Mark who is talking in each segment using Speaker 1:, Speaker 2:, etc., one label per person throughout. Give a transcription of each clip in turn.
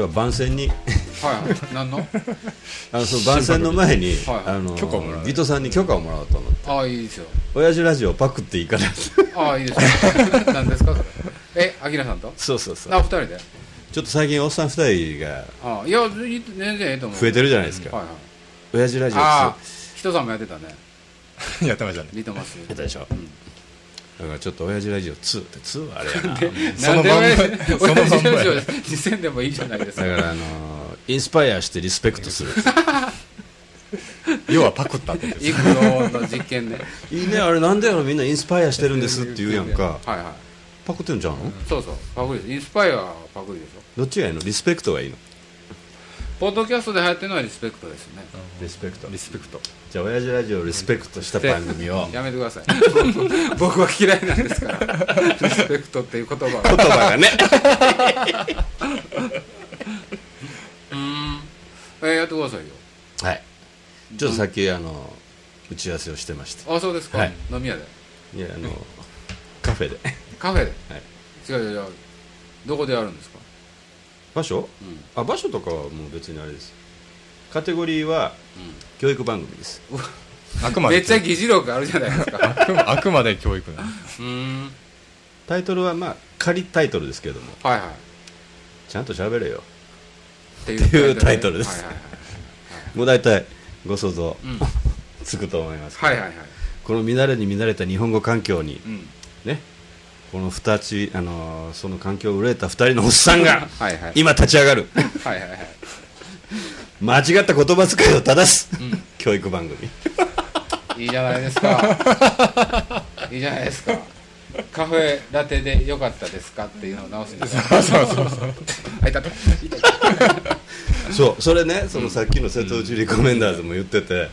Speaker 1: は番宣に
Speaker 2: はい何の
Speaker 1: あのその番宣の前に、
Speaker 2: はい
Speaker 1: あの
Speaker 3: 許可をもらう
Speaker 1: ギトさんに許可をもらおうと思って
Speaker 2: ああいいですよ
Speaker 1: 親父ラジオパクっていいから
Speaker 2: ああいいですよ 何ですかそれえアキラさんと
Speaker 1: そうそうそう
Speaker 2: あ二人で
Speaker 1: ちょっと最近おっさん2人が
Speaker 2: ああいやいい全然ええと思う
Speaker 1: 増えてるじゃないです
Speaker 2: はい
Speaker 1: か
Speaker 2: はい
Speaker 1: 親父ラジオ
Speaker 2: ああ
Speaker 1: や
Speaker 2: 人さんもやってたね
Speaker 3: やってましたね
Speaker 2: リト マス
Speaker 1: ったでしょ
Speaker 2: うん
Speaker 1: だからちょっと親父ラジオ2って2はあれやなだ
Speaker 3: そのまんまそのまんまや
Speaker 2: 親父ラジオにせんでもいいじゃないですか
Speaker 1: からあのインスパイアしてリスペクトする
Speaker 3: 要はパクったってことです
Speaker 2: 幾度の実験ね
Speaker 1: いいねあれなんでやろみんなインスパイアしてるんですって言うやんか
Speaker 2: はいはい
Speaker 1: パクってんじゃんの
Speaker 2: そうそうパクリですインスパイアはパクリでしょ
Speaker 1: どっちがいいのリスペクトがいいの
Speaker 2: ポッドキャストで流行ってるのはリスペクトですね
Speaker 1: リスペクト
Speaker 3: リスペクト
Speaker 1: じゃあ親父ラジオをリスペクトした番組を
Speaker 2: やめてください 僕は嫌いなんですからリスペクトっていう言葉
Speaker 1: 言
Speaker 2: は
Speaker 1: 葉がね
Speaker 2: えーやってくださいよ
Speaker 1: はいちょっとさっきあの打ち合わせをしてまして
Speaker 2: あそうですか、
Speaker 1: はい
Speaker 2: 飲み屋で
Speaker 1: いやあのカフェで
Speaker 2: カフェで、
Speaker 1: はい
Speaker 2: 違う違う違うどこでやるんですか、
Speaker 1: 場所
Speaker 2: うんうん、
Speaker 1: あ場所とかはもう別にあれですカテゴリーは教育番組です
Speaker 3: あくまで
Speaker 2: めっちゃ議事録あるじゃないです か
Speaker 3: あくまあくまで教育なんで
Speaker 2: うーん
Speaker 1: タイトルはまあ仮タイトルですけれども
Speaker 2: はいはいっ
Speaker 1: ちゃんと喋れよ
Speaker 2: てい
Speaker 1: っていうタイトルです
Speaker 2: はいはい
Speaker 1: もう大体ご想像
Speaker 2: うん
Speaker 1: つくと思いますけど
Speaker 2: はいはいはい
Speaker 1: この乱れに乱れた日本語環境に
Speaker 2: うん
Speaker 1: ねこの二つあのーその環境を憂えた二人のおっさんが
Speaker 2: はいはい
Speaker 1: 今立ち上が る
Speaker 2: はいはいはい
Speaker 1: 間違った言葉遣いを正す、教育番組
Speaker 2: いいじゃないですかいいじゃないですかカフェラテでよかったですかっていうのを直すんですよ
Speaker 3: すそうそうそう
Speaker 2: あいたた痛いた
Speaker 1: そうそれねそのさっきの瀬戸内リコメンダーズも言ってて、
Speaker 2: は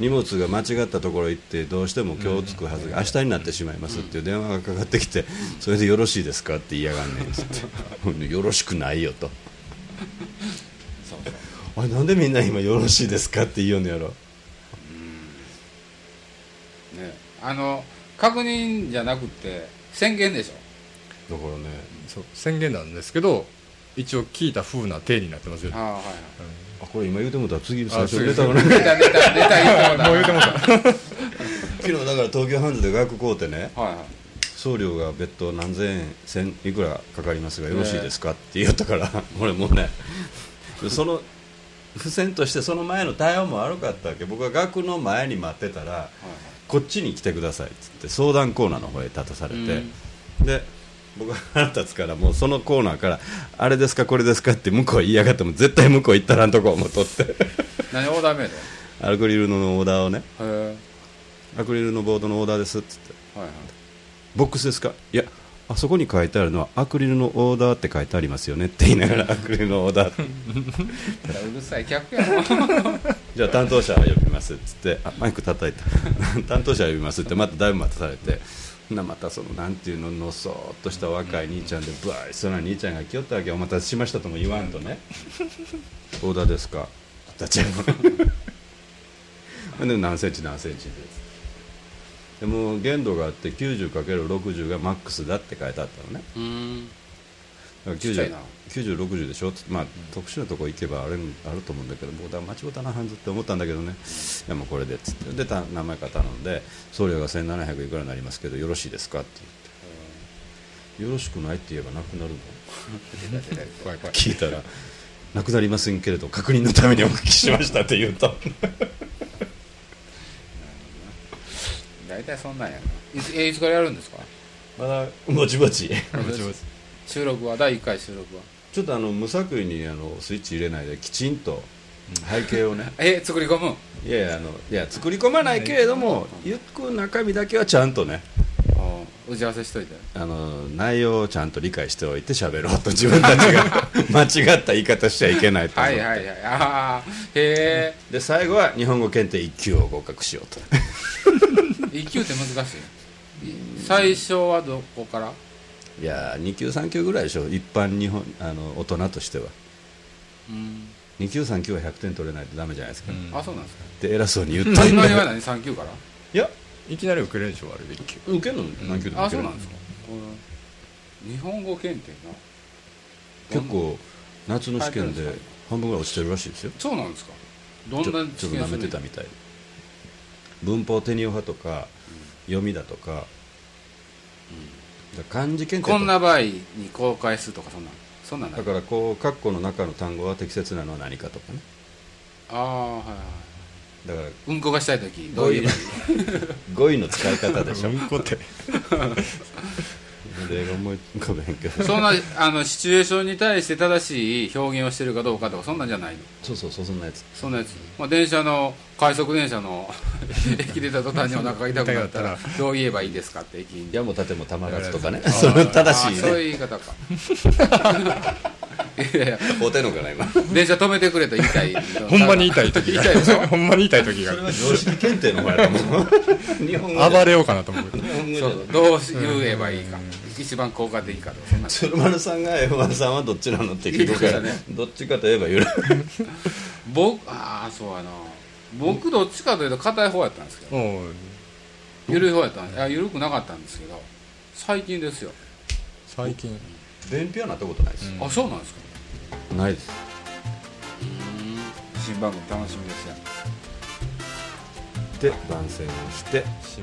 Speaker 1: 荷物が間違ったところ行ってどうしても今日着くはずが明日になってしまいますっていう電話がかかってきてそれでよろしいですかって言いやがんねんっつって ほんでよろしくないよと
Speaker 2: そうそう
Speaker 1: あれなんでみんな今よろしいですかって言うのやろ
Speaker 2: ねあの確認じゃなくて宣言でしょ
Speaker 1: だからね
Speaker 3: そう宣言なんですけど一応聞いた風な体になってますよ
Speaker 2: ああはい
Speaker 1: あこれ今言うてもたら次最初
Speaker 3: あ
Speaker 1: に出たのね
Speaker 2: はい出た出た出た言いそうだ
Speaker 3: もう言うても
Speaker 2: は
Speaker 3: うた
Speaker 1: 昨日だから東京ハンズで学校ってね
Speaker 2: いはい
Speaker 1: 送料が別途何千円千いくらかかりますがよろしいですかって言ったから 俺もうねその付箋としてその前の対応も悪かったわけ僕は学の前に待ってたらこっちに来てくださいっつって相談コーナーの方へ立たされて、で僕は腹立つからもうそのコーナーからあれですかこれですかって向こう言いやがっても絶対向こう行ったらんとこも取って
Speaker 2: 何オーダーメイドへ
Speaker 1: アクリルのオーダーをね
Speaker 2: え
Speaker 1: アクリルのボードのオーダーですっつって
Speaker 2: はいはい
Speaker 1: ボックスですかいやあそこに書いてあるのはアクリルのオーダーって書いてありますよねって言いながらアクリルのオーダー
Speaker 2: うるさい客やもん
Speaker 1: じゃあ担当者呼びますっつってあマイク叩いた 担当者呼びますってまただいぶ待たされてほなまたそのなんていうののそーっとした若い兄ちゃんでブワーその兄ちゃんが来よったわけお待たせしましたとも言わんとねオーダーですか立ち上がるほん で何センチ何センチですでもう限度があって 90×60 がマックスだって書いてあったのね
Speaker 2: うーん
Speaker 1: だから
Speaker 2: ちっちゃ
Speaker 1: 90
Speaker 2: いな
Speaker 1: 90、60でしょ、つまあ、特殊なとこ行けばあれあると思うんだけど、僕、だ間違ったな、ハンズって思ったんだけどね、いやもうこれでっつって、で、た名前から頼んで、送料が1700いくらになりますけど、よろしいですかって言って、よろしくないって言えばなくなるの
Speaker 3: 怖い怖い
Speaker 1: 聞いたら、なくなりませんけれど、確認のためにお聞きしましたって言うと、
Speaker 2: 大体そんなんやないつえいつからやるんですか
Speaker 1: まだぼちぼち、
Speaker 3: ぼちぼち
Speaker 2: 収録は第1回収録は
Speaker 1: ちょっとあの無作為にあのスイッチ入れないで、きちんと背景をね。
Speaker 2: え作り込む
Speaker 1: いやいやあのいや作り込まないけれどもゆっく中身だけはちゃんとね
Speaker 2: ああ打ち合わせしといて
Speaker 1: あの内容をちゃんと理解しておいて喋ろうと自分た ちが間違った言い方しちゃいけないと思
Speaker 2: は
Speaker 1: って、
Speaker 2: いはいはいああへ
Speaker 1: で最後は日本語検定1級を合格しようと
Speaker 2: え1級って難しいい最初はどこから
Speaker 1: いや2級3級ぐらいでしょ一般日本あの大人としては
Speaker 2: うん
Speaker 1: 2級3級は100点取れないとダメじゃないですか、
Speaker 3: うん
Speaker 2: あそうなんですか
Speaker 1: で偉そうに言った
Speaker 2: 始
Speaker 1: り
Speaker 2: まりは何3級から
Speaker 1: いや
Speaker 3: いきなり受けるでしょあれで一級
Speaker 1: 受けるの何級でも
Speaker 2: あ
Speaker 1: 受ける
Speaker 2: そうなんですかこれ日本語検定な
Speaker 1: 結構夏の試験で半分ぐらい落ちてるらしいですよ
Speaker 2: そうなんですかどん
Speaker 1: ちょ
Speaker 2: な
Speaker 1: ちょっと舐めてた
Speaker 2: み
Speaker 1: みたい文法手に派とか読みだとか,、だから漢字検定とか
Speaker 2: こんな場合に公開するとかそんなんそんなんない
Speaker 1: だからこう括弧の中の単語は適切なのは何かとかね
Speaker 2: ああはいはい
Speaker 1: だから
Speaker 2: うんこがしたい時どういう
Speaker 1: 語彙の使い方でしょ
Speaker 3: うんこって
Speaker 1: 例が思い浮かべへんけど
Speaker 2: そんなあのシチュエーションに対して正しい表現をしてるかどうかとかそんなんじゃないの
Speaker 1: そうそうそうそんなやつ
Speaker 2: そんなやつ、まあ、電車の快速電車の 駅出た途端にお腹が痛くなったらどう言えばいいですかって駅員
Speaker 1: 矢も盾も玉勝つとかね
Speaker 3: あー
Speaker 1: それ正しい
Speaker 2: あそう
Speaker 1: ね
Speaker 2: いう言い方か いやいや
Speaker 1: お手のかな今
Speaker 2: 電車止めてくれと言いたい
Speaker 3: ほんまに痛い 時
Speaker 2: 痛いでしょ
Speaker 3: ほんまに痛い時が
Speaker 1: 常識検定の方やと思う 日本語じゃな
Speaker 3: 暴
Speaker 1: い
Speaker 3: れようかなと思う
Speaker 1: 日本語じ
Speaker 2: そ
Speaker 1: ゃな
Speaker 2: う
Speaker 1: い
Speaker 2: そうどう言えばいいか一番効果的かとかそんな
Speaker 1: 鶴丸さんが「M−1 さんはどっちなの?」って聞くか
Speaker 2: い
Speaker 1: ら
Speaker 2: いですよね
Speaker 1: どっちかといえば言う
Speaker 2: 僕ああそうやな僕どっちかというと硬い方やったんですけど
Speaker 3: もう
Speaker 2: 緩い方やったんですいや緩くなかったんですけど最近ですよ、
Speaker 3: 最近
Speaker 1: 便秘はなったことないです、
Speaker 2: あそうなんですか
Speaker 1: ないです
Speaker 2: 新番組楽しみですよ
Speaker 1: で番宣をして
Speaker 3: し